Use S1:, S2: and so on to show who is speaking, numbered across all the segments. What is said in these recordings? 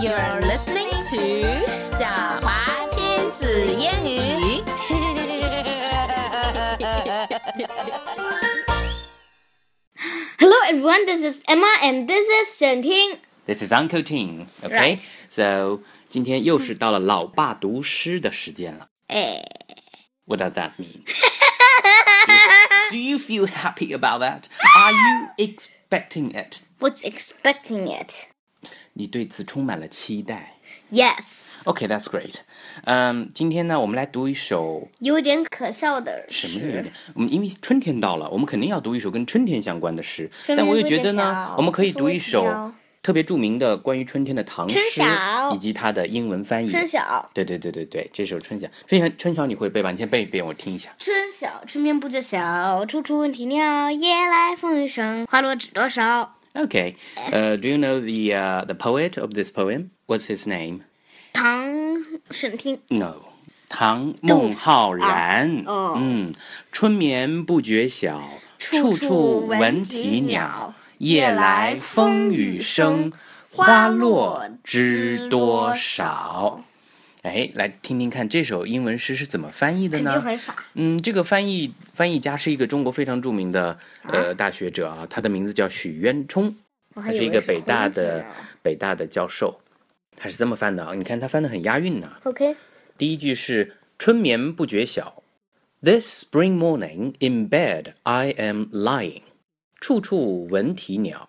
S1: You're listening to 小华亲子英语。
S2: Hello everyone, this is Emma and this is 沈听。
S3: This is Uncle Ting. OK,
S2: Right.
S3: so 今天又是到了老爸读诗的时间了。
S2: 哎
S3: What does that mean? Do you feel happy about that? Are you expecting it?
S2: was expecting it.
S3: 你对此充满了期待。
S2: Yes，
S3: OK, that's great. 嗯、今天呢，我们来读一首
S2: 有点可笑的
S3: 什
S2: 是，
S3: 么呢？有点，我们因为春天到了，我们肯定要读一首跟春天相关的诗。
S2: 春天
S3: 但我又觉得
S2: 不得
S3: 呢
S2: 了，
S3: 我们可以读一
S2: 不得了
S3: 首特别著名的关于春天的唐诗
S2: 春晓，
S3: 以及它的英文翻译。
S2: 春晓，
S3: 对对对对对，这首《春晓》，春晓，春晓你会背吧？你先背一遍，我听一下。
S2: 春晓，春眠不觉晓，处处闻啼鸟。夜来风雨声，花落知多少。
S3: Okay, uh, do you know the uh, the poet of this poem? What's his name?
S2: 唐沈听，
S3: No，唐孟浩然。
S2: 哦
S3: 嗯，春眠不觉晓，
S2: 处
S3: 处
S2: 处
S3: 处
S2: 闻
S3: 闻
S2: 啼
S3: 啼
S2: 鸟
S3: 鸟。
S2: 夜
S3: 夜
S2: 来
S3: 来
S2: 风
S3: 风
S2: 雨
S3: 雨
S2: 声
S3: 声，
S2: 花
S3: 花
S2: 落
S3: 落
S2: 知多
S3: 知
S2: 少
S3: 多少。哎，来听听看这首英文诗是怎么翻译的
S2: 肯
S3: 呢？
S2: 定很傻。
S3: 嗯，这个翻译翻译家是一个中国非常著名的呃大学者啊，他的名字叫许渊冲，
S2: 我还
S3: 他
S2: 以
S3: 是
S2: 为
S3: 一个北大
S2: 孔子啊
S3: 的
S2: 呢
S3: 北大的教授，他是这么翻的啊，你看他翻的很押韵呐、
S2: OK，
S3: 第一句是春眠不觉晓，This spring morning in bed I am lying，处处闻啼鸟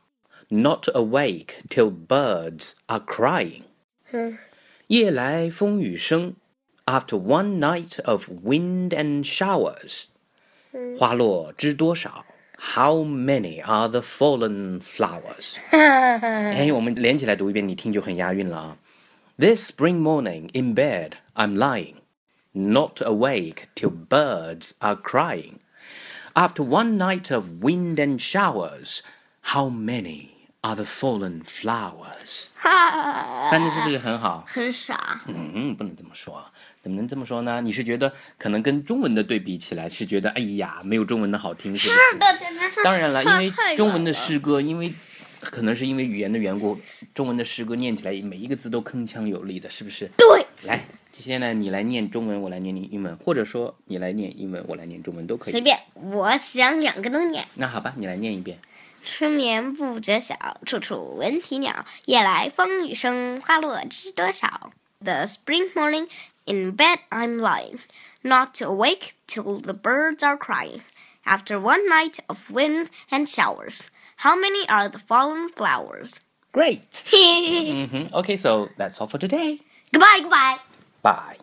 S3: ，Not awake till birds are crying。
S2: 嗯，
S3: 夜来风雨声，After one night of wind and showers，花落知多少？How many are the fallen flowers？哎，我们连起来读一遍，你听就很押韵了啊。This spring morning in bed I'm lying, not awake till birds are crying. After one night of wind and showers, how many are the fallen flowers？
S2: 哈，
S3: 翻的是不是很好？
S2: 很傻。
S3: 嗯，不能这么说，怎么能这么说呢？你是觉得可能跟中文的对比起来，是觉得哎呀，没有中文的好听，是不
S2: 是的，简直是
S3: 当然了，因
S2: 差
S3: 为
S2: 太远
S3: 中文的
S2: 了
S3: 诗歌，因为可能是因为语言的缘故，中文的诗歌念起来每一个字都铿锵有力的，是不是？
S2: 对。
S3: 来，现在你来念中文，我来念你英文，或者说你来念英文，我来念中文都可
S2: 随
S3: 以。
S2: 便，我想两个都念。
S3: 那好吧，你来念一遍。
S2: 春眠不觉晓，处处闻啼鸟。夜来风雨声，花落知多少。The spring morning, in bed I'm lying, not awake till the birds are crying. After one night of wind and showers, how many are the fallen flowers?
S3: Great.
S2: goodbye,
S3: 嗯 Mm-hmm. Okay, so that's all for today.
S2: goodbye.
S3: Bye.